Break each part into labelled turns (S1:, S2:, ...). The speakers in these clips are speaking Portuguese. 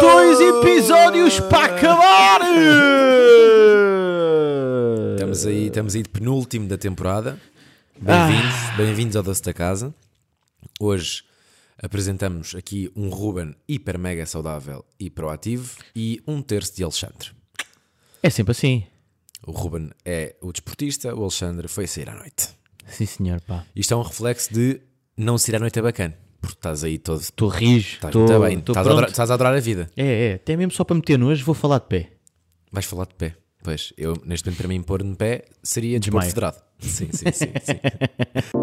S1: Dois episódios para acabar!
S2: Estamos aí, estamos aí de penúltimo da temporada. Bem-vindos, bem-vindos ao Doce da Casa. Hoje apresentamos aqui um Ruben hiper mega saudável e proativo e um terço de Alexandre.
S1: É sempre assim.
S2: O Ruben é o desportista, o Alexandre foi sair à noite.
S1: Sim, senhor, pá.
S2: Isto é um reflexo de não sair à noite é bacana, porque estás aí todo. Estás
S1: Estou rijo, estou
S2: muito Tá bem,
S1: estou
S2: estás a,
S1: pronto.
S2: adorar, estás a adorar a vida.
S1: É, é, até mesmo só para meter nojo vou falar de pé.
S2: Vais falar de pé. Pois, eu neste momento para mim pôr-me de pé seria desporto
S1: Desmaio.
S2: federado. Sim, sim, sim. sim.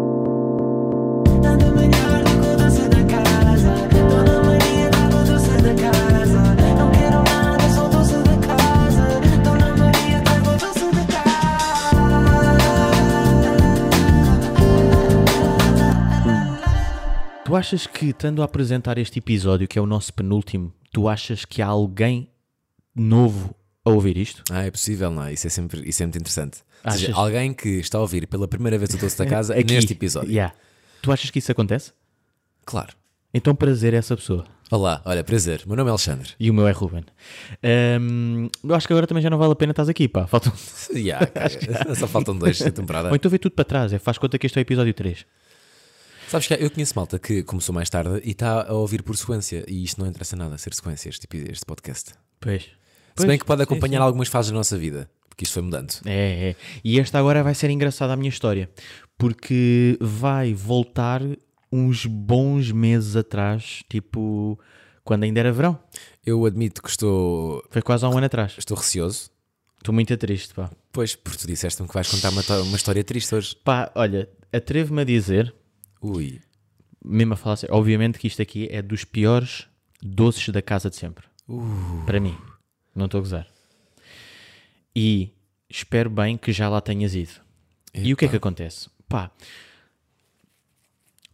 S3: Dona Maria da doce da casa, Dona Maria da doce da casa, não quero nada, sou doce da casa, Dona Maria da doce da casa.
S1: Tu achas que, estando a apresentar este episódio, que é o nosso penúltimo, tu achas que há alguém novo a ouvir isto?
S2: Ah, é possível, não é? Isso é sempre, isso é muito interessante. Ou
S1: Achas?
S2: seja, alguém que está a ouvir pela primeira vez o Doce da Casa
S1: Aqui.
S2: neste episódio.
S1: Yeah. Tu achas que isso acontece?
S2: Claro.
S1: Então, prazer a essa pessoa.
S2: Olá, olha, prazer. Meu nome é Alexandre.
S1: E o meu é Ruben. Ahm, eu acho que agora também já não vale a pena estás aqui, pá. Faltam...
S2: Yeah, cara, Só faltam dois da temporada.
S1: Ou então vê tudo para trás, é, faz conta que este é o episódio 3.
S2: Sabes que eu conheço malta que começou mais tarde e está a ouvir por sequência. E isto não interessa nada, ser sequência, este, epi- este podcast.
S1: Pois.
S2: Se bem que pode acompanhar algumas fases da nossa vida, porque isto foi mudando.
S1: É, é. E esta agora vai ser engraçada a minha história, porque vai voltar uns bons meses atrás, tipo quando ainda era verão.
S2: Eu admito que estou,
S1: Foi quase há um ano atrás.
S2: estou receoso,
S1: Estou muito triste, pá.
S2: pois, porque tu disseste-me que vais contar uma, to- uma história triste hoje.
S1: Pá, olha, atrevo-me a dizer,
S2: Ui,
S1: mesmo a falar sério, obviamente que isto aqui é dos piores doces da casa de sempre.
S2: Uh.
S1: Para mim. Não estou a gozar. E espero bem que já lá tenhas ido. E o que é que acontece? Pá,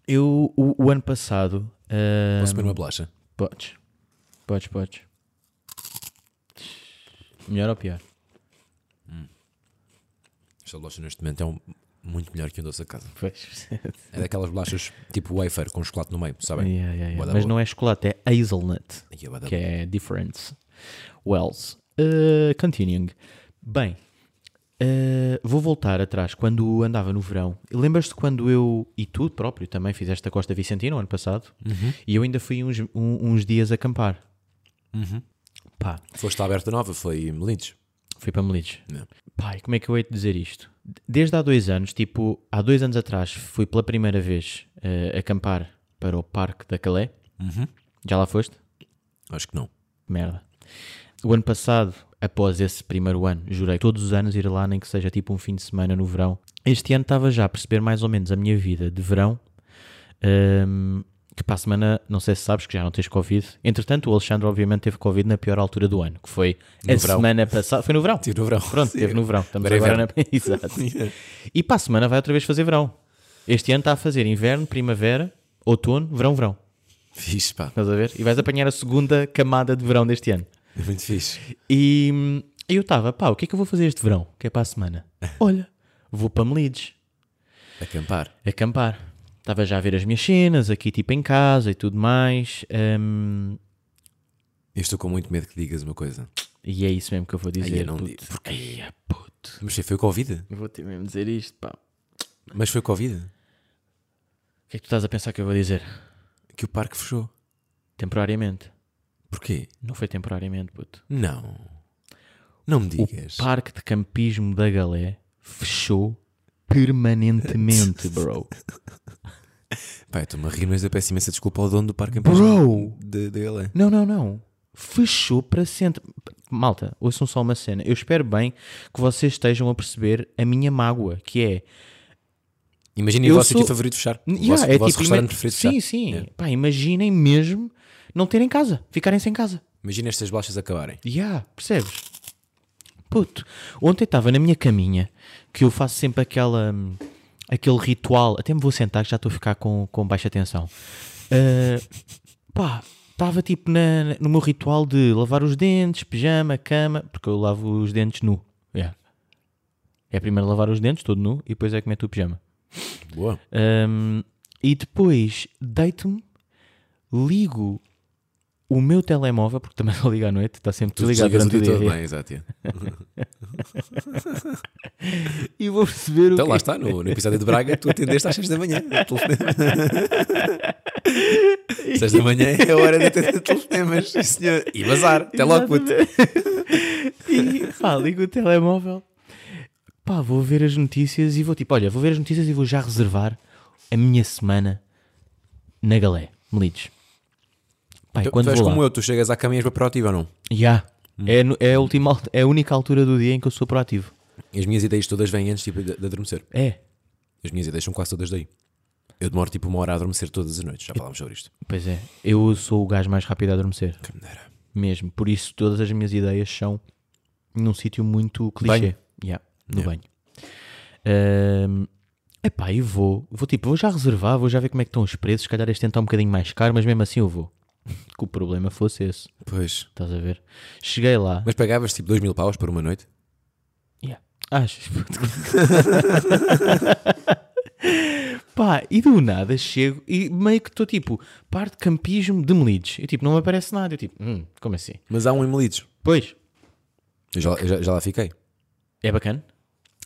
S1: eu o, o ano passado. ah,
S2: posso comer uma bolacha?
S1: Podes. Podes, podes. Melhor ou pior?
S2: Esta bolacha neste momento é um- muito melhor que um doce da casa.
S1: Pois.
S2: É daquelas bolachas tipo wafer com chocolate no meio, sabem?
S1: Yeah, yeah, yeah.
S2: Bué da
S1: Mas
S2: boa.
S1: não é chocolate, é hazelnut.
S2: Ai, bué da
S1: que é different. Wells. continuing. Bem, uh, vou voltar atrás quando andava no verão. Lembras-te quando eu e tu próprio também fizeste a Costa Vicentina o ano passado? E eu ainda fui uns, um- uns dias acampar. Pá,
S2: boa. Foste à Aberta Nova, foi Melindes.
S1: fui para Melides.
S2: Não.
S1: Pai, como é que eu hei de dizer isto? Desde há dois anos, tipo, há dois anos atrás fui pela primeira vez eh, acampar para o Parque da Calé. Já lá foste?
S2: Acho que não.
S1: Merda. O ano passado, após esse primeiro ano, jurei todos os anos ir lá, nem que seja tipo um fim de semana no verão. Este ano estava já a perceber mais ou menos a minha vida de verão. hum, que para a semana, não sei se sabes que já não tens Covid. Entretanto, o Alexandre, obviamente, teve Covid na pior altura do ano, que foi a
S2: verão.
S1: semana passada. Foi no verão.
S2: Tive no verão.
S1: Pronto,
S2: Sim.
S1: teve no verão. Estamos
S2: Agora é
S1: agora na. Exato. E para a semana vai outra vez fazer verão. Este ano está a fazer inverno, primavera, outono, verão, verão.
S2: Fixe, pá.
S1: Estás a ver? E vais apanhar a segunda camada de verão deste ano.
S2: É muito fixe.
S1: E hum, eu estava, pá, o que é que eu vou fazer este verão? Que é para a semana? Olha, vou para Melides,
S2: Acampar.
S1: acampar. Estava já a ver as minhas cenas, aqui tipo em casa e tudo mais. hum,
S2: Eu estou com muito medo que digas uma coisa.
S1: e é isso mesmo que eu vou dizer.
S2: eu não
S1: puto.
S2: digo, porque-
S1: Ai, é puto.
S2: Mas sim, foi Covid?
S1: Eu vou ter mesmo de dizer isto, pá.
S2: Mas foi Covid?
S1: O que é que tu estás a pensar que eu vou dizer?
S2: Que o parque fechou.
S1: Temporariamente.
S2: Porquê?
S1: Não foi temporariamente, puto.
S2: Não. Não me digas.
S1: Parque de Campismo da Galé fechou permanentemente, bro.
S2: Pá, eu estou-me a rir, mas eu peço imensa desculpa ao dono do parque em
S1: Bro!
S2: De, de LA.
S1: Não, não, não. Fechou para sempre. Malta, ouçam só uma cena. Eu espero bem que vocês estejam a perceber a minha mágoa, que é.
S2: Imaginem
S1: Eu
S2: o vosso
S1: sou-
S2: sítio favorito fechar. o
S1: Yeah, é tipo,
S2: vosso, o vosso
S1: ima-
S2: restaurante preferido É. fechar.
S1: Sim, sim. Pá, imaginem mesmo não terem casa, ficarem sem casa.
S2: Imagina estas bolachas acabarem.
S1: Yeah, percebes? Puto, ontem estava na minha caminha, que eu faço sempre aquela, hum, aquele ritual, até me vou sentar que já estou a ficar com, com baixa tensão. Ah, pá, estava tipo na- na- no meu ritual de lavar os dentes, pijama, cama, porque eu lavo os dentes nu. Yeah. É primeiro lavar os dentes, todo nu, e depois é que meto o pijama.
S2: Boa.
S1: Um, e depois deito-me, ligo o meu telemóvel, porque também não ligo à noite, está sempre
S2: Tu
S1: desligado
S2: desligas
S1: durante o
S2: dia
S1: dia,
S2: todo bem, exato. yeah.
S1: e vou perceber o
S2: Então
S1: que
S2: lá está, no, no episódio de Braga, tu atendeste às 6 da manhã. telefonema. 6 da manhã é a hora de atender telefonemas, sim, senhor. E bazar, até logo, puto.
S1: é Exatamente. e pá, ligo o telemóvel, pá, vou ver as notícias e vou tipo, olha, vou ver as notícias e vou já reservar a minha semana na Galé, Melides. Pá, e
S2: Tu,
S1: quando
S2: tu és
S1: vou lá,
S2: como Hum. eu, tu chegas à caminhas para proativo ou não?
S1: já, é, no- é, a última, alt- é a única altura do dia em que eu sou proativo.
S2: E as minhas ideias todas vêm antes tipo, de, de adormecer.
S1: É,
S2: As minhas ideias são quase todas daí. Eu demoro tipo uma hora a adormecer todas as noites, já falámos sobre isto.
S1: pois é, eu sou o gajo mais rápido a adormecer,
S2: Que me dera.
S1: mesmo, por isso todas as minhas ideias são num sítio muito clichê.
S2: Banho.
S1: Yeah, no banho. Ahm, epá, e vou, vou tipo, vou já reservar, vou já ver como é que estão os preços, se calhar este ano está um bocadinho mais caro, mas mesmo assim eu vou. Que o problema fosse esse,
S2: Pois.
S1: estás a ver? Cheguei lá.
S2: Mas pagavas tipo 2 mil paus por uma noite?
S1: Yeah. Achas? Pá, e do nada chego e meio que estou tipo, parte de campismo de Melides. Eu tipo, não me aparece nada. Eu tipo, hum, como assim?
S2: Mas há um em Melides.
S1: Pois,
S2: Eu já, eu já, já lá fiquei.
S1: é bacana?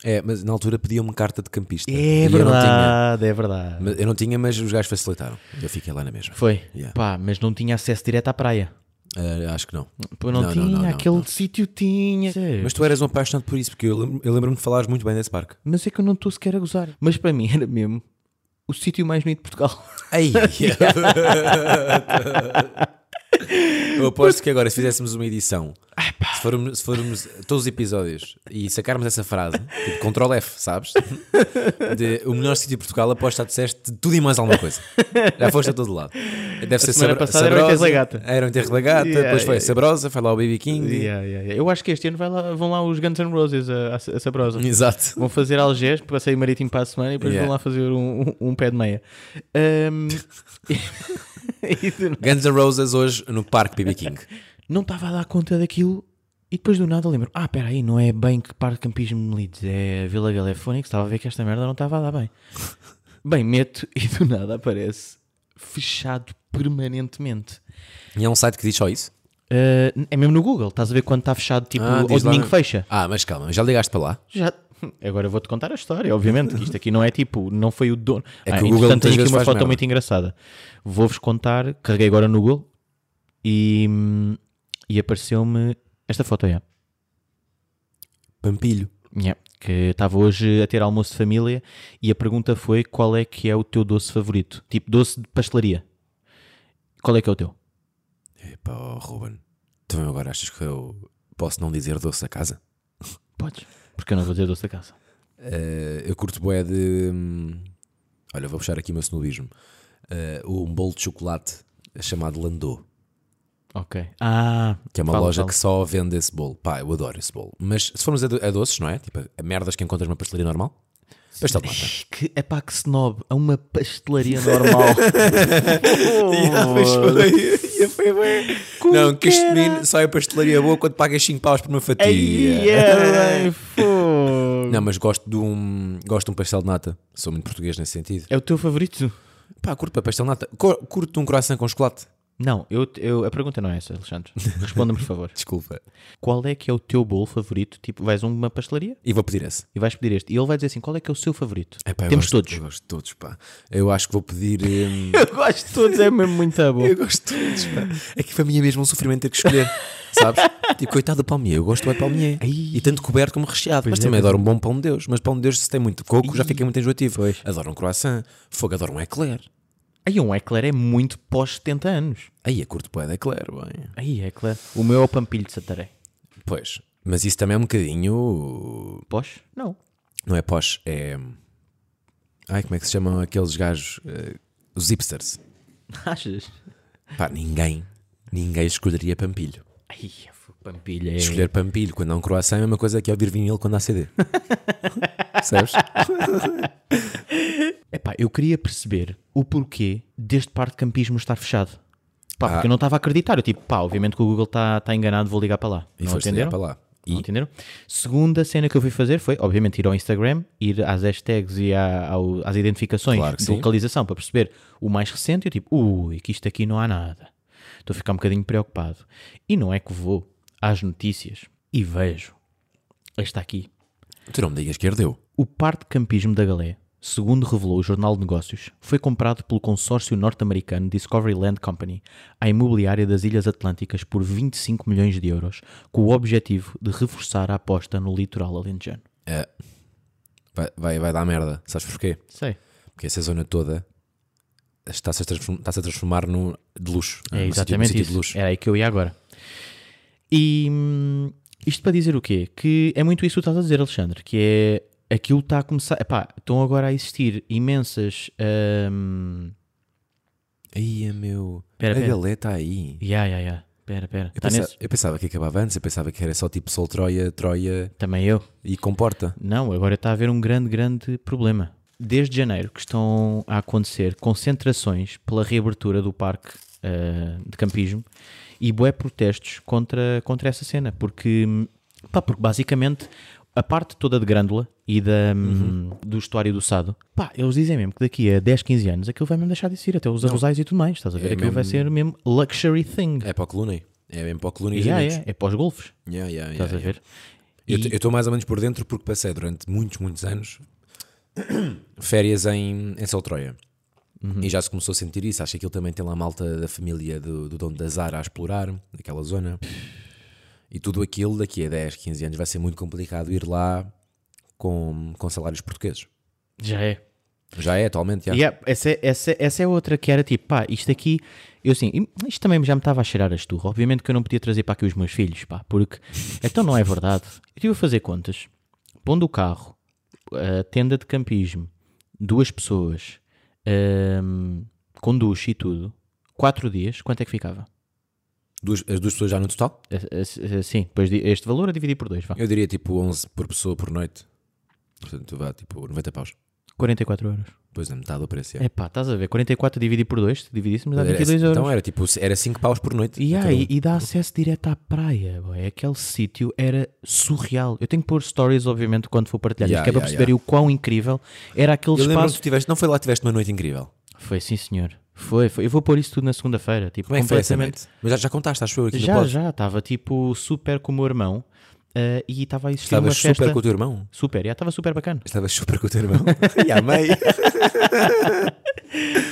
S2: É, mas na altura pediam-me carta de campista. E
S1: É
S2: eu não tinha.
S1: verdade, é verdade.
S2: Mas Eu não tinha, mas os gajos facilitaram. Eu fiquei lá na mesma.
S1: Foi.
S2: Yeah.
S1: Pá, mas não tinha acesso direto à praia.
S2: Ah, acho que não.
S1: Pô, não,
S2: Não, não,
S1: tinha,
S2: não, não,
S1: aquele
S2: não.
S1: sítio tinha.
S2: Mas
S1: Mas,
S2: tu eras um apaixonado por isso, porque eu lembro- eu lembro-me de falares muito bem desse parque.
S1: mas é que eu não estou sequer a gozar. Mas para mim era mesmo o sítio mais bonito de Portugal.
S2: Ai! eu aposto que agora, se fizéssemos uma edição, se formos, se formos a todos os episódios e sacarmos essa frase, tipo Ctrl F, sabes? De, o melhor sítio de Portugal, aposto que já disseste tudo e mais alguma coisa. Já foste a todo lado. Deve ser
S1: semana
S2: Sabra-
S1: passada era o
S2: Sabrosa,
S1: Enterro da Gata.
S2: Era o Enterro da Gata,
S1: Yeah,
S2: depois foi
S1: yeah.
S2: a Sabrosa, foi lá o Baby King.
S1: Eu acho que este ano vai lá- vão lá os Guns N' Roses a, a, a Sabrosa.
S2: Exato.
S1: Vão fazer Algés, passeio marítimo para a semana e depois
S2: Yeah.
S1: vão lá fazer um, um- um pé de meia. Ahm, e do nada-
S2: Guns N' Roses hoje no Parque BB King.
S1: não estava a dar conta daquilo e depois do nada lembro: ah, peraí, não é bem que parque de campismo me lides, é Vila Galefónica, estava a ver que esta merda não estava a dar bem. bem, meto e do nada aparece fechado permanentemente.
S2: E é um site que diz só isso?
S1: Ah, é mesmo no Google, estás a ver quando está fechado, tipo,
S2: Ah,
S1: o
S2: diz lá
S1: domingo
S2: no-
S1: fecha.
S2: Ah, mas calma, já ligaste para lá?
S1: Já. Agora eu vou-te contar a história, obviamente, que isto aqui não é tipo, não foi o dono.
S2: É
S1: Ah,
S2: que o Google
S1: entretanto,
S2: muitas
S1: tenho aqui
S2: vezes
S1: uma
S2: faz
S1: foto
S2: merda.
S1: muito engraçada. Vou-vos contar, carreguei agora no Google e, e apareceu-me esta foto, é.
S2: Pampilho.
S1: Yeah, que estava hoje a ter almoço de família e a pergunta foi qual é que é o teu doce favorito? Tipo, doce de pastelaria. Qual é que é o teu?
S2: Epá, oh, Ruben, tu agora achas que eu posso não dizer doce da casa?
S1: Podes. Porque eu não vou dizer doce da casa.
S2: Eh, eu curto boé de. hum, Olha, vou puxar aqui o meu snobismo. Eh, um bolo de chocolate chamado Landô,
S1: Ok. Ah,
S2: que é uma
S1: fala,
S2: loja
S1: fala.
S2: que só vende esse bolo. Pá, eu adoro esse bolo. Mas se formos a, do- a doces, não é? Tipo, a merdas que encontras numa pastelaria normal? Pastel de nata.
S1: Que, é pá, que snob. É uma pastelaria normal.
S2: Não, que este menino só é pastelaria boa quando pagas 5 paus por uma fatia.
S1: Aí é bem fogo.
S2: Não, mas gosto de um gosto de um pastel de nata. Sou muito português nesse sentido.
S1: É o teu favorito?
S2: Pá, curto para pastel de nata. Cor- Curto um croissant com chocolate.
S1: Não, eu, eu- a pergunta não é essa, Alexandre. Responda-me, por favor.
S2: Desculpa.
S1: Qual é que é o teu bolo favorito? Tipo, vais a uma pastelaria
S2: E vou pedir esse.
S1: e vais pedir este. E ele vai dizer assim: qual é que é o seu favorito?
S2: Epá, eu
S1: Temos
S2: gosto-
S1: todos.
S2: Eu gosto de todos, pá. Eu acho que vou pedir. hum,
S1: Eu gosto de todos, é mesmo muito bom.
S2: eu gosto de todos, pá. É que para mim é mesmo um sofrimento ter que escolher, sabes? Tipo, coitado do palmier. Eu gosto do palmier. E tanto coberto como recheado. mas também adoro um bom pão de Deus. Mas pão de Deus, se tem muito coco, já fica muito enjoativo. Adoro um croissant. Fogo, adoro um eclair.
S1: Aí um Eclair é muito pós 70 anos.
S2: Aí é curto pé de eclair, bem.
S1: Aí, Eclair. O meu é o Pampilho de Santarém.
S2: Pois. Mas isso também é um bocadinho.
S1: Pós? Não.
S2: Não é posh, é. Ai, como é que se chamam aqueles gajos? eh, os hipsters.
S1: Achas?
S2: Pá, ninguém, ninguém escolheria Pampilho.
S1: Aí, Pampilho é.
S2: Escolher Pampilho quando há um croissant é a mesma coisa que ouvir vinil quando há CD. Sabes?
S1: Epá, eu queria perceber o porquê deste parque de campismo estar fechado.
S2: Ah.
S1: Pá, porque eu não estava a acreditar. Eu tipo, pá, obviamente que o Google está está enganado, vou ligar para lá.
S2: E
S1: não
S2: foste ligar
S1: entenderam?
S2: para lá.
S1: Entenderam? Segunda cena que eu fui fazer foi, obviamente, ir ao Instagram, ir às hashtags e à- ao- às identificações
S2: Claro que
S1: de
S2: sim.
S1: localização para perceber o mais recente. E eu tipo, ui, que isto aqui não há nada. Estou a ficar um bocadinho preocupado. E não é que vou às notícias e vejo. Está aqui.
S2: Tu não me digas que herdeu.
S1: O parque de campismo da Galé, segundo revelou o Jornal de Negócios, foi comprado pelo consórcio norte-americano Discovery Land Company, a imobiliária das Ilhas Atlânticas, por 25 milhões de euros, com o objetivo de reforçar a aposta no litoral alentejano.
S2: Vai, vai, vai dar merda. Sabes porquê?
S1: Sei.
S2: Porque essa zona toda está-se a, transform- está-se a transformar num de luxo.
S1: É
S2: num sítio- num
S1: exatamente
S2: sítio
S1: isso.
S2: de luxo.
S1: Era aí que eu ia agora. E hum, isto para dizer o quê? Que é muito isso que tu estás a dizer, Alexandre, que é aquilo está a começar. Epá, estão agora a existir imensas. hum,
S2: Aí é meu.
S1: Pera,
S2: a
S1: pera.
S2: galé está aí.
S1: Ya, ya, ya. Pera, pera.
S2: Eu
S1: Tá
S2: pensa-
S1: nesse?
S2: eu pensava que acabava antes, eu pensava que era só tipo Sol Troia, Troia
S1: Também eu.
S2: e Comporta.
S1: Não, agora está a haver um grande, grande problema. Desde janeiro que estão a acontecer concentrações pela reabertura do parque eh, de campismo e bué protestos contra, contra essa cena, porque, pá, porque basicamente a parte toda de Grândola e da, hum,
S2: Uhum.
S1: do estuário do Sado, pá, eles dizem mesmo que daqui a 10, 15 anos aquilo vai mesmo deixar de existir, até os arrozais e tudo mais, estás a ver?
S2: É
S1: aquilo vai
S2: mesmo-
S1: ser mesmo luxury thing.
S2: É para o Clooney. É mesmo para o Clooney.
S1: Yeah, yeah, é para os golfos,
S2: Yeah, yeah,
S1: estás
S2: yeah,
S1: a ver?
S2: Eu
S1: E-
S2: t- eu estou mais ou menos por dentro porque passei durante muitos, muitos anos férias em, em Sol Troia.
S1: Uhum.
S2: E já se começou a sentir isso. Acho que aquilo também tem lá a malta da família do, do dono da Zara a explorar, daquela zona. E tudo aquilo daqui a 10, 15 anos vai ser muito complicado ir lá com, com salários portugueses.
S1: já é.
S2: Já é atualmente, já.
S1: Yeah, essa, é- essa, é- essa é outra que era tipo, pá, isto aqui, eu assim, isto também já me estava a cheirar a esturra. Obviamente que eu não podia trazer para aqui os meus filhos, pá, porque então não é verdade. Eu estive a fazer contas, pondo o carro, a tenda de campismo, duas pessoas, hum, com duche e tudo, quatro dias, quanto é que ficava?
S2: Duas- as duas pessoas já no total?
S1: Eh, eh, eh, Sim, depois de- este valor a dividir por dois, vá.
S2: Eu diria tipo 11 por pessoa por noite. Portanto, tu vá tipo 90 paus.
S1: 44 euros.
S2: Pois é, metade do preço.
S1: É pá, estás a ver, 44 dividido por dois, se dividíssemos dá
S2: Era-
S1: 22 euros.
S2: Então era tipo, era 5 paus por noite.
S1: E,
S2: Cada um.
S1: aí, e dá acesso direto à praia. boy. Aquele sítio era surreal. Eu tenho que pôr stories, obviamente, quando for partilhar. isto,
S2: Yeah,
S1: que é para
S2: yeah,
S1: perceberem o quão incrível era aquele
S2: Eu lembro-me que
S1: espaço.
S2: tu tiveste, não foi lá que tiveste uma noite incrível.
S1: Foi, sim, senhor. Foi, foi. Eu vou pôr isso tudo na segunda-feira. Tipo,
S2: Como é que foi essa
S1: completamente.
S2: noite? Mas já, já contaste, acho eu, aqui no
S1: Já,
S2: pod.
S1: já. Estava tipo super com o meu irmão eh, e estava a existir uma
S2: Estavas super
S1: festa.
S2: com o teu irmão.
S1: Super, já estava super bacana.
S2: Estavas super com o teu irmão. e amei.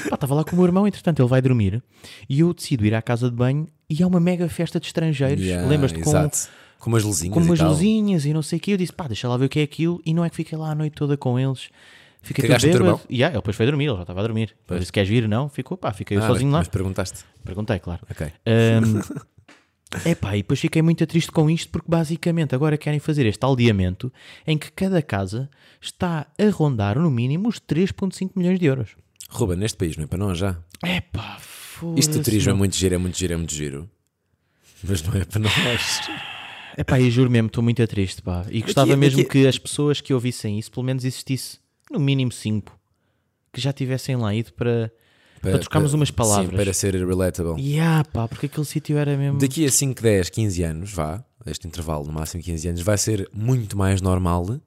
S1: Pá, Estava lá com o meu irmão, entretanto ele vai dormir e eu decido ir à casa de banho e há uma mega festa de estrangeiros.
S2: Yeah,
S1: Lembras-te com, um-
S2: exato. Com umas luzinhas
S1: com
S2: e
S1: umas
S2: tal.
S1: luzinhas e não sei o que. Eu disse, pá, deixa lá ver o que é aquilo. E não é que fiquei lá a noite toda com eles. Fiquei
S2: Cagaste no
S1: todo
S2: teu
S1: bêbado. E yeah, ele depois foi dormir, ele já estava a dormir. Ele disse, queres vir? Não, ficou, pá, fiquei eu
S2: Ah,
S1: sozinho
S2: mas,
S1: lá.
S2: mas perguntaste.
S1: Perguntei, claro.
S2: Ok.
S1: É pá, e depois fiquei muito triste com isto porque basicamente agora querem fazer este aldeamento em que cada casa está a rondar no mínimo os 3,5 milhões de euros.
S2: Ruba, neste país, não é para nós já.
S1: É pá, foda-se.
S2: Isto do turismo é
S1: meu.
S2: muito giro, é muito giro, é muito giro. Mas não é para nós.
S1: É pá, eu juro mesmo, estou muito triste, pá. E gostava
S2: Aqui-
S1: mesmo
S2: aqui-
S1: que as pessoas que ouvissem isso, pelo menos existisse no mínimo cinco que já tivessem lá ido para, para, trocarmos umas palavras.
S2: Sim, para ser relatable.
S1: Yeah, pá, porque aquele sítio era mesmo.
S2: Daqui a 5, 10, 15 anos, vá, este intervalo, no máximo 15 anos, vai ser muito mais normal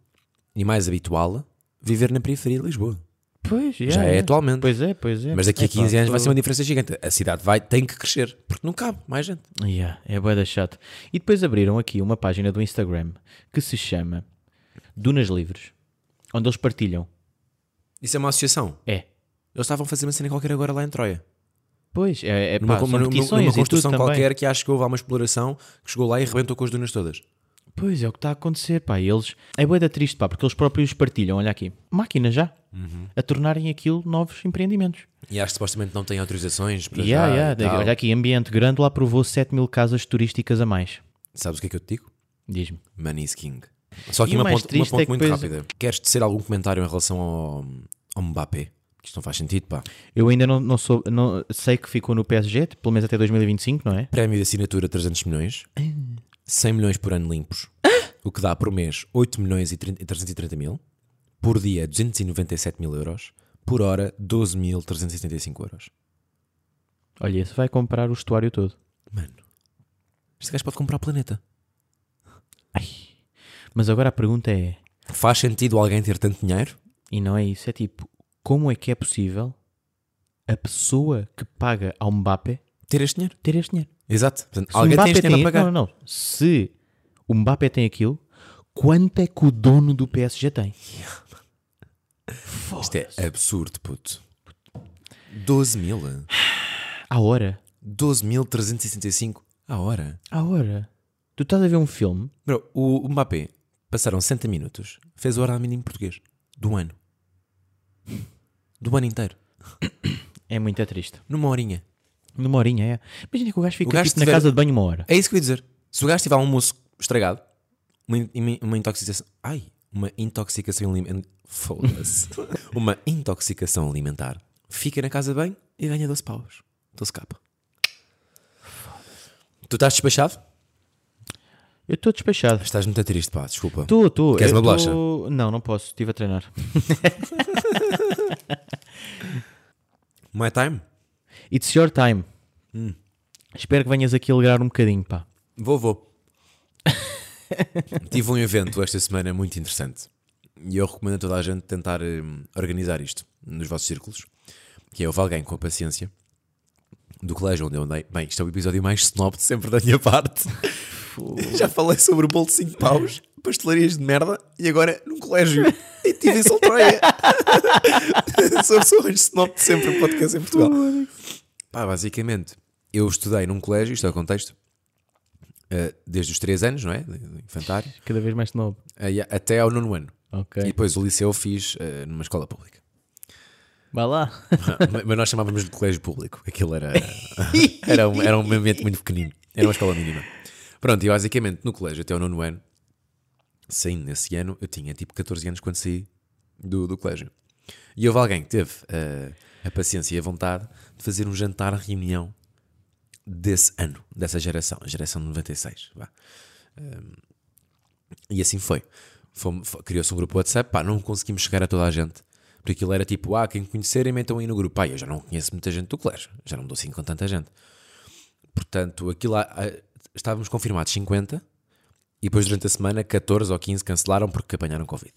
S2: e mais habitual viver na periferia de Lisboa.
S1: Pois, yeah,
S2: Já é
S1: yeah.
S2: atualmente.
S1: Pois é, pois é.
S2: Mas daqui a
S1: É pá,
S2: 15 anos vai
S1: tô-
S2: ser uma diferença gigante. A cidade vai, tem que crescer, porque não cabe mais gente.
S1: Yeah, é boeda chato. E depois abriram aqui uma página do Instagram que se chama Dunas Livres, onde eles partilham.
S2: Isso é uma associação.
S1: É.
S2: Eles estavam a fazer uma cena qualquer agora lá em Troia.
S1: Pois, é, é pá,
S2: Numa,
S1: são
S2: numa- numa-
S1: petições
S2: numa
S1: e tudo
S2: construção
S1: também.
S2: qualquer que acho que houve lá uma exploração que chegou lá e arrebentou com as dunas todas.
S1: Pois é, o que está a acontecer, pá. E Eles. É bué da triste, pá, porque eles próprios partilham, olha aqui, máquinas já,
S2: Uhum.
S1: a tornarem aquilo novos empreendimentos.
S2: E acho que supostamente não tem autorizações para
S1: Yeah,
S2: já e
S1: yeah,
S2: tal.
S1: Olha aqui, ambiente grande lá provou 7 mil casas turísticas a mais.
S2: Sabes o que é que eu te digo?
S1: Diz-me.
S2: Money's King. Só
S1: E
S2: que
S1: o
S2: uma
S1: mais
S2: ponte, uma
S1: triste
S2: ponte
S1: é que
S2: muito
S1: depois-
S2: rápida. Queres tecer algum comentário em relação ao, ao Mbappé? Que isto não faz sentido, pá.
S1: Eu ainda não, não sou, não sei que ficou no PSG, pelo menos até 2025, não é?
S2: Prémio de assinatura 300 milhões, 100 milhões por ano limpos, o que dá por mês 8 milhões e 30 e 330 mil, por dia 297 mil euros, por hora 12.375 euros.
S1: Olha, esse vai comprar o estuário todo.
S2: Mano, este gajo pode comprar o planeta.
S1: Ai, Mas agora a pergunta é,
S2: Faz sentido alguém ter tanto dinheiro?
S1: e não é isso, é tipo, como é que é possível a pessoa que paga ao Mbappé
S2: Ter este dinheiro?
S1: ter este dinheiro?
S2: Exato. Portanto,
S1: Se o
S2: alguém tem
S1: Mbappé
S2: este dinheiro a
S1: tem-
S2: pagar.
S1: Não, não, não. Se o Mbappé tem aquilo, quanto é que o dono do PSG tem?
S2: Isto é absurdo, puto. 12 mil.
S1: À hora.
S2: 12.365 à hora.
S1: À hora. Tu estás a ver um filme
S2: Bro, o Mbappé passaram 60 minutos, fez o horário mínimo português. Do ano. Do ano inteiro.
S1: É muito triste.
S2: Numa horinha.
S1: Numa horinha, é. Imagina que o gajo fica
S2: O gajo
S1: tipo, na
S2: tiver-
S1: casa de banho uma hora.
S2: É isso que eu ia dizer. Se o gajo tiver um almoço estragado, uma, in- uma- uma intoxicação. Ai! Uma intoxicação alimentar. Foda-se. uma intoxicação alimentar. Fica na casa de banho e ganha 12 paus. 12 capa. Tu estás despachado?
S1: Eu estou despachado.
S2: Estás muito triste, pá, desculpa.
S1: Estou, estou.
S2: Queres
S1: Eu
S2: uma bolacha?
S1: tô- Não, não posso. Estive a treinar.
S2: My time?
S1: It's your time.
S2: Hum.
S1: Espero que venhas aqui alegrar um bocadinho, pá.
S2: Vou, vou. Tive um evento esta semana muito interessante e eu recomendo a toda a gente tentar hum, organizar isto nos vossos círculos, que é houve alguém com paciência do colégio onde eu andei. Bem, isto é o episódio mais snob de sempre da minha parte. Já falei sobre o bolo de 5 paus, pastelarias de merda e agora num colégio. E tive em Soltreia. Sou a pessoa mais snob de sempre o podcast em Portugal. Pá, basicamente, eu estudei num colégio, isto é o contexto, eh, desde os 3 anos, não é? De- de Infantário,
S1: Cada vez mais novo.
S2: eh, e a- até ao nono ano.
S1: Ok.
S2: E depois o liceu fiz eh, numa escola pública.
S1: Vai lá.
S2: Mas- Mas nós chamávamos de colégio público. Aquilo era. era, um, era um ambiente muito pequenino. Era uma escola mínima. Pronto, e basicamente no colégio até o nono ano, saindo nesse ano, eu tinha tipo 14 anos quando saí do, do colégio. E houve alguém que teve eh, a paciência e a vontade de fazer um jantar-reunião desse ano, dessa geração, a geração de 96. Vá. Ehm, E assim foi. Fome- fo- Criou-se um grupo WhatsApp, pá, não conseguimos chegar a toda a gente. Porque aquilo era tipo, ah, quem conhecerem, metam aí no grupo. Pá, eu já não conheço muita gente do colégio, já não me dou assim com tanta gente. Portanto, aquilo lá, ah, estávamos confirmados 50 e depois durante a semana 14 ou 15 cancelaram porque apanharam Covid.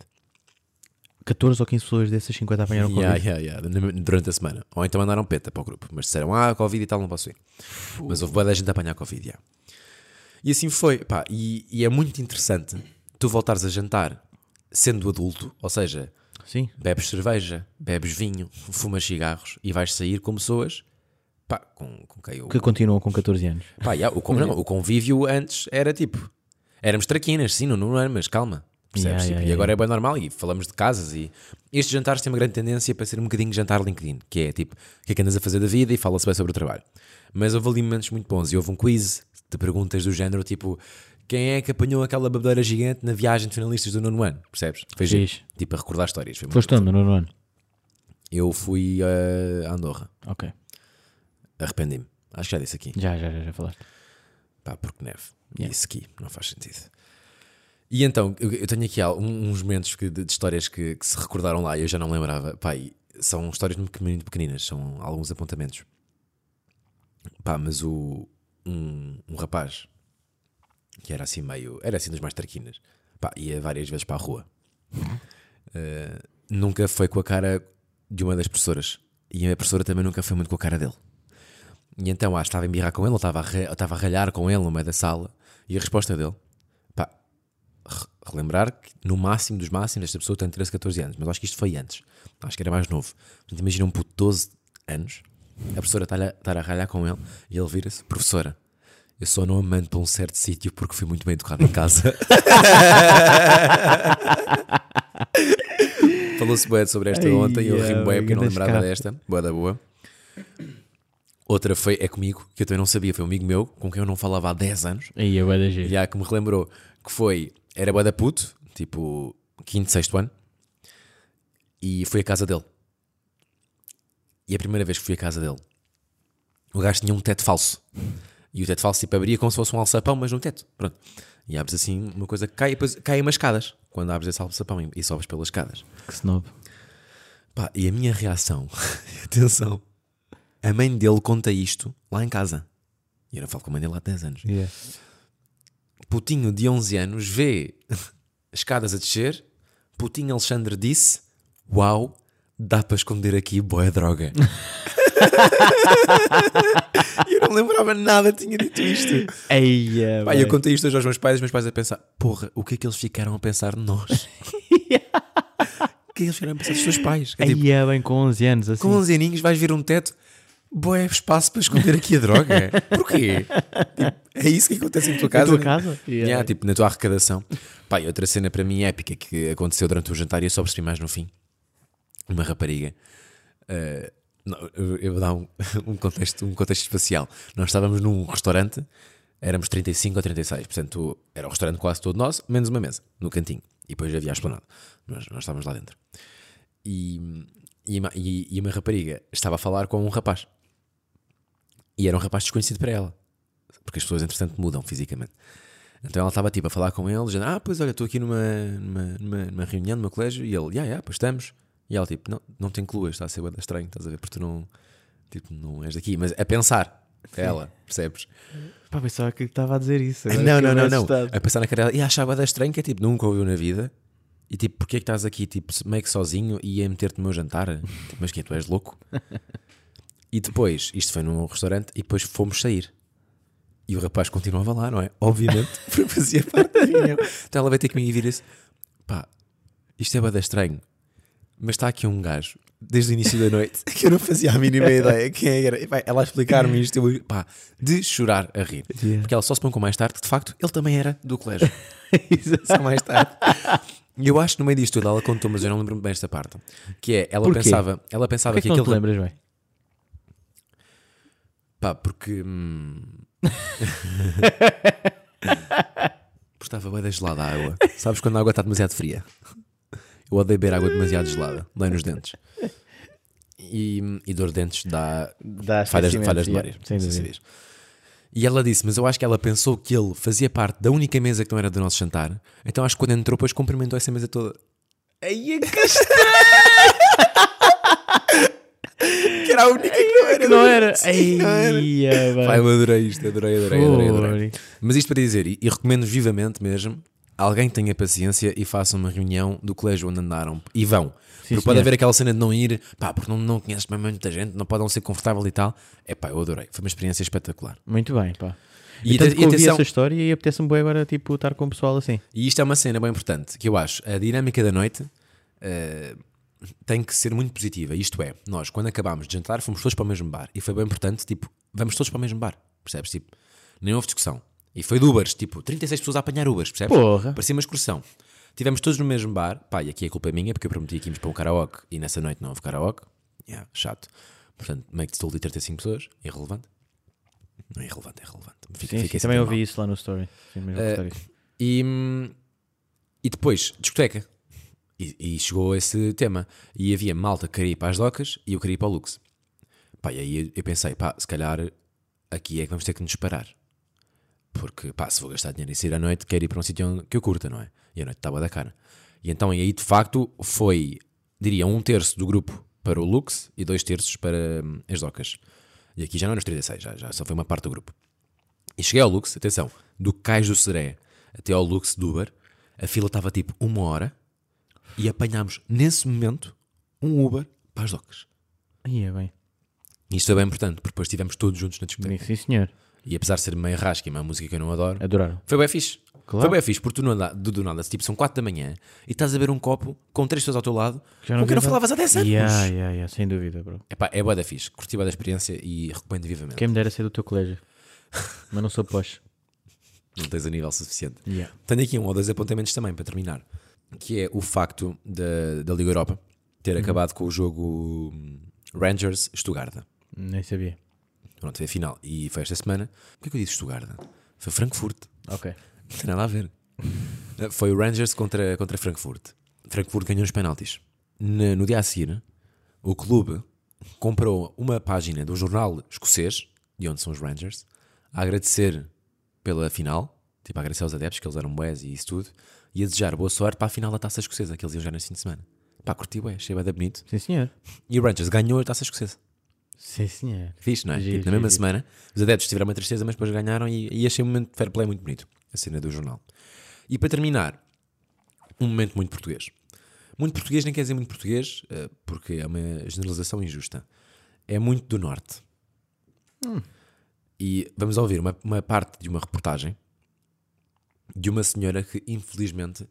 S1: 14 ou 15 pessoas dessas 50 apanharam Covid.
S2: Yeah, yeah, yeah, na- durante a semana. Ou então mandaram peta para o grupo, mas disseram, ah, Covid e tal, não posso ir. Mas houve boa da gente a apanhar Covid, yeah. E assim foi, pá, e, e é muito interessante tu voltares a jantar sendo adulto, ou seja,
S1: Sim.
S2: bebes cerveja, bebes vinho, fumas cigarros e vais sair com pessoas, pá, com, com quem eu...
S1: Que continuam com 14 anos.
S2: Pá, yeah, o, con- não, o convívio antes era tipo. Éramos traquinas, sim, não, não era, mas calma. Percebes?
S1: Yeah,
S2: Tipo,
S1: yeah,
S2: e
S1: yeah.
S2: agora é bem normal e falamos de casas e estes jantares têm uma grande tendência para ser um bocadinho jantar LinkedIn, que é tipo, o que é que andas a fazer da vida e fala-se bem sobre o trabalho. Mas houve ali momentos muito bons e houve um quiz de perguntas do género tipo, quem é que apanhou aquela babedeira gigante na viagem de finalistas do nono ano? Percebes? Foi giro.
S1: Fixe.
S2: Tipo, a recordar histórias. Foi muito
S1: Foste onde, no ano?
S2: Eu fui eh, a Andorra,
S1: Ok.
S2: arrependi-me. Acho que já disse aqui.
S1: Já, já, já, já falaste.
S2: Pá, porque neve. E ski, não faz sentido. E então, eu, eu tenho aqui al- um- uns momentos que- de, de histórias que, que se recordaram lá e eu já não lembrava. Pá, e são histórias muito, muito pequeninas, são alguns apontamentos. Pá, mas o, um, um rapaz que era assim meio. era assim dos mais traquinas. Pá, ia várias vezes para a rua. Eh, nunca foi com a cara de uma das professoras. E a professora também nunca foi muito com a cara dele. E então, ah, estava a embirrar com ele, ou estava a, ra- ou estava a ralhar com ele no meio da sala. E a resposta dele, pá, re- relembrar que no máximo dos máximos esta pessoa tem 13, 14 anos, mas acho que isto foi antes, acho que era mais novo. Portanto, imagina um puto de 12 anos, a professora está a, estar a ralhar com ele e ele vira-se, professora. Eu só não a mando para um certo sítio porque fui muito bem educado em casa. Falou-se bué sobre esta
S1: Ai,
S2: ontem, eu
S1: yeah,
S2: rimo bué porque eu não
S1: grandes
S2: lembrava
S1: capas.
S2: desta. Boa da boa. Outra foi, é comigo, que eu também não sabia, foi um amigo meu, com quem eu não falava há 10 anos,
S1: Aí eu da giro.
S2: e há que me relembrou, que foi, era bué da puto, tipo, quinto, sexto ano, e fui à casa dele. E a primeira vez que fui à casa dele, o gajo tinha um teto falso. E o teto falso tipo abria como se fosse um alçapão, mas no teto. Pronto. E abres assim uma coisa que cai, e depois caem umas escadas. Quando abres esse alçapão e- e sobes pelas escadas.
S1: Que snob.
S2: Pá, e a minha reação, atenção, a mãe dele conta isto lá em casa. E eu não falo com a mãe dele há 10 anos. Putinho de 11 anos vê escadas a descer, Putinho Alexandre disse: Uau, dá para esconder aqui boa droga. E eu não lembrava nada, tinha dito isto.
S1: Eia,
S2: Pá, eu
S1: bem.
S2: contei isto hoje aos meus pais, os meus pais a pensar: Porra, o que é que eles ficaram a pensar de nós? o que é que eles ficaram a pensar dos seus pais? Que é tipo,
S1: Eia, bem, com 11 anos, assim.
S2: com 11 aninhos vais ver um teto. Boé, espaço para esconder aqui a droga. Porquê? Tipo, é isso que acontece em tua casa.
S1: tua
S2: né?
S1: casa? Yeah.
S2: Yeah, tipo, na tua arrecadação. Pá, e outra cena para mim épica que aconteceu durante o jantar e eu só percebi mais no fim. Uma rapariga. eh, não, eu- eu vou dar um, um contexto, um contexto espacial. Nós estávamos num restaurante, éramos 35 ou 36, portanto era o restaurante quase todo nosso, menos uma mesa, no cantinho. E depois havia a esplanada. Nós, nós estávamos lá dentro. E, e, uma- e- e uma rapariga estava a falar com um rapaz. E era um rapaz desconhecido para ela. Porque as pessoas, entretanto, mudam fisicamente. Então ela estava tipo a falar com ele, dizendo: Ah, pois olha, estou aqui numa, numa, numa, numa reunião no meu colégio. E ele: Ya, yeah, yeah, pois estamos. E ela tipo: Não, não te incluas, está a ser bué da estranho, estás a ver? Porque tu não, tipo, não és daqui. Mas a pensar, ela, percebes?
S1: Pá, pensava que estava a dizer isso. agora
S2: tipo- Não,
S1: fiquei
S2: não, não,
S1: bem
S2: não.
S1: assustado.
S2: A pensar na cara dela. E achava da estranho que é tipo, nunca ouviu na vida. E tipo, porquê é que estás aqui, tipo, meio que sozinho e a meter-te no meu jantar? Tipo, mas que tu és louco? E depois, isto foi num restaurante e depois fomos sair. E o rapaz continuava lá, não é? Obviamente, porque fazia parte da reunião. Então ela veio ter comigo e vira-se: pá, isto é bada estranho, mas está aqui um gajo, desde o início da noite, que eu não fazia a mínima ideia quem era. E, pá, ela a explicar-me isto, eu, pá, de chorar a rir.
S1: Yeah.
S2: Porque ela só se põe com mais tarde, de facto, ele também era do colégio. é
S1: Exato.
S2: só mais tarde. E eu acho que no meio disto tudo ela contou, mas eu não lembro-me bem esta parte. Que é, ela
S1: Porquê?
S2: pensava, ela pensava
S1: Porquê que
S2: que,
S1: não te
S2: aquele
S1: lembras, bem?
S2: Pá, porque. Hum... porque estava bem gelada a água. Sabes quando a água está demasiado fria? Eu odeio beber água demasiado gelada, dói nos dentes. E, e dor de dentes dá
S1: Dá
S2: falhas,
S1: esquecimento,
S2: falhas de
S1: yeah,
S2: memórias.
S1: sem dúvida.
S2: E ela disse, mas eu acho que ela pensou que ele fazia parte da única mesa que não era do nosso jantar. Então acho que quando entrou, depois cumprimentou essa mesa toda.
S1: Ai, é
S2: Que era a única que não era.
S1: que não era. é Ai,
S2: Sim, não era. Pá, eu adorei isto, adorei, adorei, adorei, adorei.
S1: Fogo.
S2: Mas isto para dizer, e, e recomendo vivamente mesmo, alguém que tenha paciência e faça uma reunião do colégio onde andaram e vão. porque pode
S1: senhor.
S2: haver aquela cena de não ir, pá, porque não, não conheces mesmo muita gente, não podem ser confortável e tal. É pá, eu adorei, foi uma experiência espetacular.
S1: Muito bem, pá.
S2: E,
S1: E, tanto
S2: ate-
S1: que
S2: e
S1: eu ouvi
S2: atenção,
S1: essa história e apetece-me bem agora, tipo, estar com o pessoal assim.
S2: e isto é uma cena bem importante, que eu acho, a dinâmica da noite eh, tem que ser muito positiva. Isto é, nós, quando acabámos de jantar, fomos todos para o mesmo bar. E foi bem importante, tipo, vamos todos para o mesmo bar, percebes? Tipo, nem houve discussão. E foi de Ubers, tipo, 36 pessoas a apanhar Ubers, percebes?
S1: Porra.
S2: Parecia uma excursão. Tivemos todos no mesmo bar, pá, e aqui a culpa é minha, porque eu prometi que íamos para um karaoke e nessa noite não houve karaoke. Yeah, chato. Portanto, meio que estou de 35 pessoas, irrelevante. Não é irrelevante, é relevante. Fica-
S1: Sim, sim,
S2: fiquei
S1: também
S2: sempre
S1: ouvi
S2: mal. Eh,
S1: isso lá no story. Sim, mesmo story.
S2: E, hum, e depois, discoteca. E, e chegou esse tema. E havia malta que queria ir para as docas e eu queria ir para o Lux. Pá, e aí eu- eu pensei, pá, se calhar aqui é que vamos ter que nos parar. Porque, pá, se vou gastar dinheiro e sair à noite, quero ir para um sítio onde- que eu curta, não é? E a noite estava da cara. E então aí, de facto, foi, diria, um terço do grupo para o Lux e dois terços para hum, as docas. E aqui já não eram os 36, já, já só foi uma parte do grupo. E cheguei ao Lux, atenção, do Cais do Seré até ao Lux do Uber, a fila estava tipo uma hora e apanhámos nesse momento um Uber para as docas.
S1: Ai, é bem.
S2: E Isto é bem importante, porque depois estivemos todos juntos na discoteca.
S1: Sim, senhor.
S2: E apesar de ser meio rasca e uma música que eu não adoro,
S1: Adoraram.
S2: foi bem fixe.
S1: Claro.
S2: Foi bem fixe, porque tu não anda- do, do nada, tipo, são 4 da manhã e estás a beber um copo com três pessoas ao teu lado
S1: Já
S2: com quem não
S1: vi-
S2: falavas há 10 anos.
S1: Yeah, yeah, yeah, sem dúvida, bro.
S2: Epá, é boa da fixe, curti bué da experiência e recomendo vivamente.
S1: Quem me dera ser do teu colégio. Mas não sou poche.
S2: Não tens a nível suficiente.
S1: Yeah.
S2: Tenho aqui um ou dois apontamentos também para terminar, que é o facto da, da Liga Europa ter acabado com o jogo hum, Rangers-Estugarda.
S1: Nem sabia.
S2: Pronto, foi a final. E foi esta semana. Porquê é que eu disse Estugarda? Foi Frankfurt.
S1: Ok.
S2: Não tem nada a ver. Foi o Rangers contra, contra Frankfurt. Frankfurt ganhou os penaltis. Na- No dia a seguir, o clube comprou uma página do jornal escocês, de onde são os Rangers, a agradecer pela final, tipo a agradecer aos adeptos, que eles eram boés e isso tudo, e a desejar boa sorte para a final da taça escocesa, que eles iam jogar nesse fim de semana. Pá, curti, ué, achei bué da bonito.
S1: Sim, senhor.
S2: E o Rangers ganhou a taça escocesa.
S1: Sim, senhor.
S2: Fixe, não é?
S1: Giro,
S2: Tipo, na
S1: giro,
S2: mesma
S1: giro.
S2: semana, os adeptos tiveram uma tristeza, mas depois ganharam e, e achei um momento de fair play muito bonito. A cena do jornal. E para terminar, um momento muito português. Muito português nem quer dizer muito português, eh, porque é uma generalização injusta. É muito do norte.
S1: Hum.
S2: E vamos ouvir uma, uma parte de uma reportagem de uma senhora que infelizmente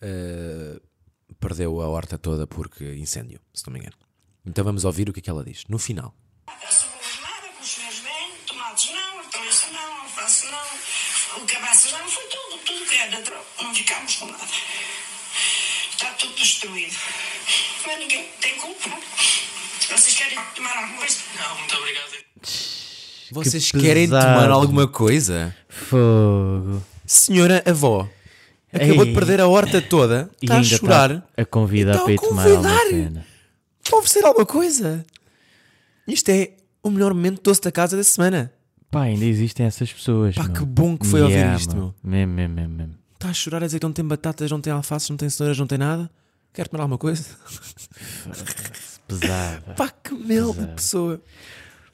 S2: eh, perdeu a horta toda porque incêndio, se não me engano. Então vamos ouvir o que é que ela diz no final.
S4: Cebolas nada, colchões bem, tomates não, hortaliça não, alface não, o cabaças não, foi tudo, tudo que era, dro- não ficámos com nada. Está tudo destruído. Mas ninguém tem culpa. Vocês querem tomar alguma coisa? Não, muito obrigado.
S2: Vocês querem
S1: pesado.
S2: tomar alguma coisa?
S1: Fogo.
S2: Senhora avó, acabou
S1: Ei.
S2: de perder a horta toda,
S1: E
S2: está a
S1: ainda
S2: chorar.
S1: tá a convidar
S2: Então,
S1: para ir tomar alguma
S2: convidar.
S1: cena.
S2: Vou oferecer alguma coisa. Isto é o melhor momento doce da casa da semana.
S1: Pá, ainda existem essas pessoas.
S2: Pá,
S1: meu.
S2: que bom que foi
S1: Yeah,
S2: ouvir isto, meu.
S1: Mesmo, mesmo, mesmo, mesmo.
S2: Está a chorar a dizer que não tem batatas, não tem alfaces, não tem cenouras, não tem nada. Quer tomar alguma coisa?
S1: Pesada.
S2: Pá, que mel de pessoa.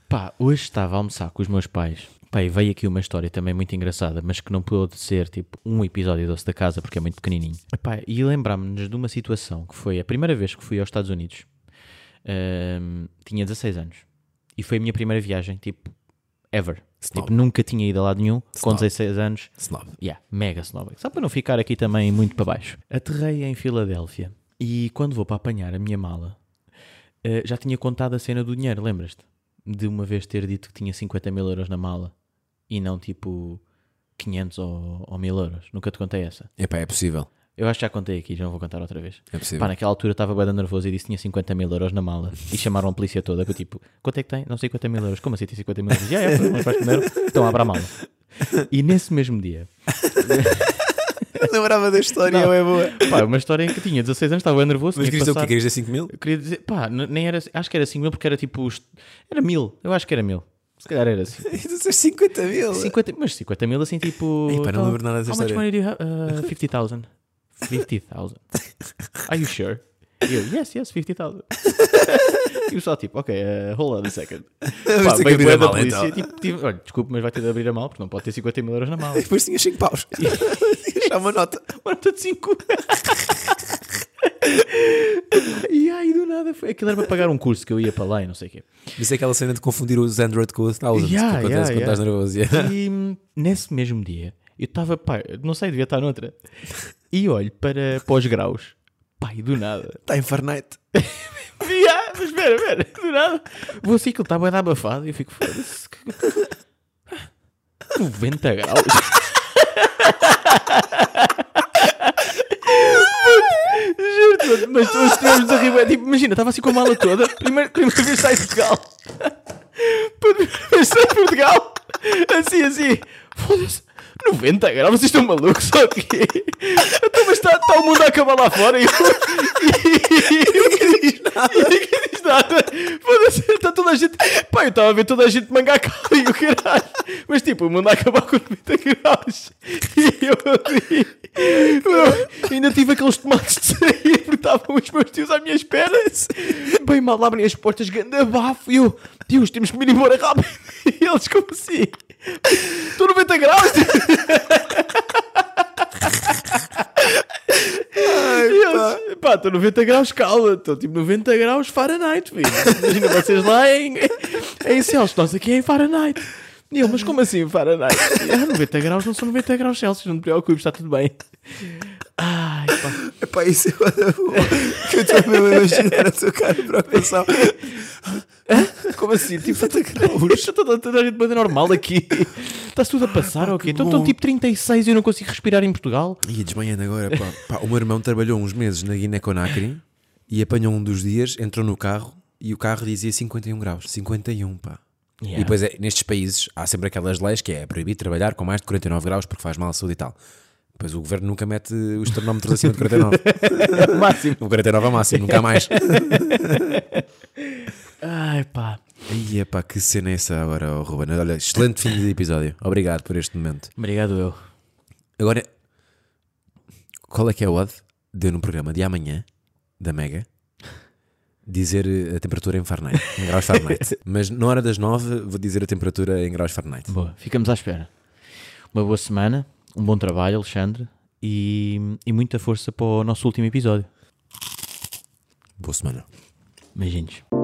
S1: Pá, hoje estava a almoçar com os meus pais. Pá, e veio aqui uma história também muito engraçada, mas que não pôde ser tipo um episódio doce da casa porque é muito pequenininho. Pá, e lembrámos-nos de uma situação que foi a primeira vez que fui aos Estados Unidos. Ahm, tinha 16 anos. E foi a minha primeira viagem, tipo, ever.
S2: Snob.
S1: Tipo, nunca tinha ido a lado nenhum. Com
S2: Snob.
S1: 16 anos,
S2: Snob.
S1: Yeah, mega snob. Só para não ficar aqui também muito para baixo. Aterrei em Filadélfia e quando vou para apanhar a minha mala, eh, já tinha contado a cena do dinheiro, lembras-te? De uma vez ter dito que tinha 50 mil euros na mala e não tipo 500 ou, ou 1000 euros. Nunca te contei essa.
S2: Epá, é possível.
S1: Eu acho que já contei aqui, já não vou contar outra vez.
S2: É possível.
S1: Pá, naquela altura estava bem nervoso e disse que tinha 50 mil euros na mala e chamaram a polícia toda. que Eu tipo, quanto é que tem? Não, 50 mil euros. Como assim tem 50 mil euros? Já é, mas vais primeiro. Então abra a mala. E nesse mesmo dia,
S2: Eu lembrava da história,
S1: Não.
S2: é boa.
S1: Pá, uma história em que tinha 16 anos, estava bem nervoso.
S2: Mas
S1: tinha
S2: querias dizer o que
S1: passado-
S2: querias dizer 5 mil?
S1: Eu queria dizer, pá, n- nem era, acho que era 5 mil porque era tipo, os- era mil, eu acho que era mil. Se calhar era assim.
S2: Isso é 50 mil.
S1: 50, mas 50 mil assim tipo.
S2: Ei, pá, não
S1: tal,
S2: lembro nada dessa
S1: How much
S2: história."
S1: money do you have? Uh, 50,000. 50,000. Are you sure? E eu, yes, yes, 50,000. e o pessoal tipo, ok, uh, hold on a second. Pá,
S2: ter que
S1: veio
S2: abrir
S1: bué
S2: a
S1: da
S2: mala,
S1: polícia,
S2: então.
S1: tipo, tive- olha, desculpe, mas vai ter de abrir a mala porque não pode ter 50 mil euros na mala.
S2: Depois tinhas 5 paus. Tinhas já uma nota.
S1: Agora estou de 5. e aí do nada foi. Aquilo era para pagar um curso que eu ia para lá e não sei o quê.
S2: Isso é aquela cena de confundir os Android com os Thousands
S1: Yeah,
S2: que acontece
S1: yeah,
S2: quando estás
S1: yeah.
S2: nervoso.
S1: E hum, nesse mesmo dia eu estava, pá, não sei, devia estar noutra. E olho para, para os graus. Pai, do nada.
S2: Está Tá em Fortnite.
S1: Vi, ah, mas espera, espera, do nada. Vou assim que ele está bem abafado e eu fico, foda-se. que- 90 graus. Puto, Juro-te, mas tu estivemos a rir. bué, Tipo, imagina, estava assim com a mala toda. Primeiro, primeiro vez sai de Portugal. Puto, Primeiro sai de Portugal. Assim, assim. Foda-se. 90 graus, é vocês estão malucos ou quê? Então, mas está está o mundo a acabar lá fora e eu. E ninguém diz nada. E ninguém diz nada. Foda-se, está toda a gente. Pá, eu estava a ver toda a gente de manga à cala e o caralho. Mas tipo, o mundo a acabar com 90 graus. E eu ali. Meu, ainda tive aqueles tomates de sair porque estavam os meus tios à minha espera. Bem mal abrem as portas, grande abafo. E eu, Deus, temos que me ir embora rápido. E eles, como assim? Estou 90 graus. E eles, pá, estou 90 graus, calma, estou tipo 90 graus Fahrenheit, filho. Imagina vocês lá em, em Celsius, nós aqui é em Fahrenheit. E eu, mas como assim Fahrenheit? Ah, 90 graus não são 90 graus Celsius, não te preocupes, está tudo bem. Ai, pá.
S2: Epá, isso é uma da boa. Que eu estou mesmo a imaginar a tua cara de preocupação.
S1: Como assim? Tipo, está toda, toda a gente bem normal aqui. Está-se tudo a passar, ok? Então estão
S2: bom.
S1: tipo 36 e eu não consigo respirar em Portugal.
S2: E desmanhando agora, pá. Pá, O meu irmão trabalhou uns meses na Guiné-Conakry e apanhou um dos dias, entrou no carro e o carro dizia 51 graus. 51, pá.
S1: Yeah.
S2: E depois, é, nestes países, há sempre aquelas leis que é proibido trabalhar com mais de 49 graus porque faz mal à saúde e tal. Pois o governo nunca mete os termómetros acima de 49.
S1: Máximo.
S2: o 49 é o máximo, nunca mais.
S1: Ai, pá.
S2: Ai, epá, que cena é essa agora, oh, Ruben? Olha, excelente fim de episódio. Obrigado por este momento.
S1: Obrigado eu.
S2: Agora, qual é que é o odd de eu no programa de amanhã, da Mega, dizer eh, a temperatura em Fahrenheit, em graus Fahrenheit? Mas na hora das nove vou dizer a temperatura em graus Fahrenheit.
S1: Boa, ficamos à espera. Uma boa semana, um bom trabalho, Alexandre, e, e muita força para o nosso último episódio.
S2: Boa semana.
S1: Beijinhos.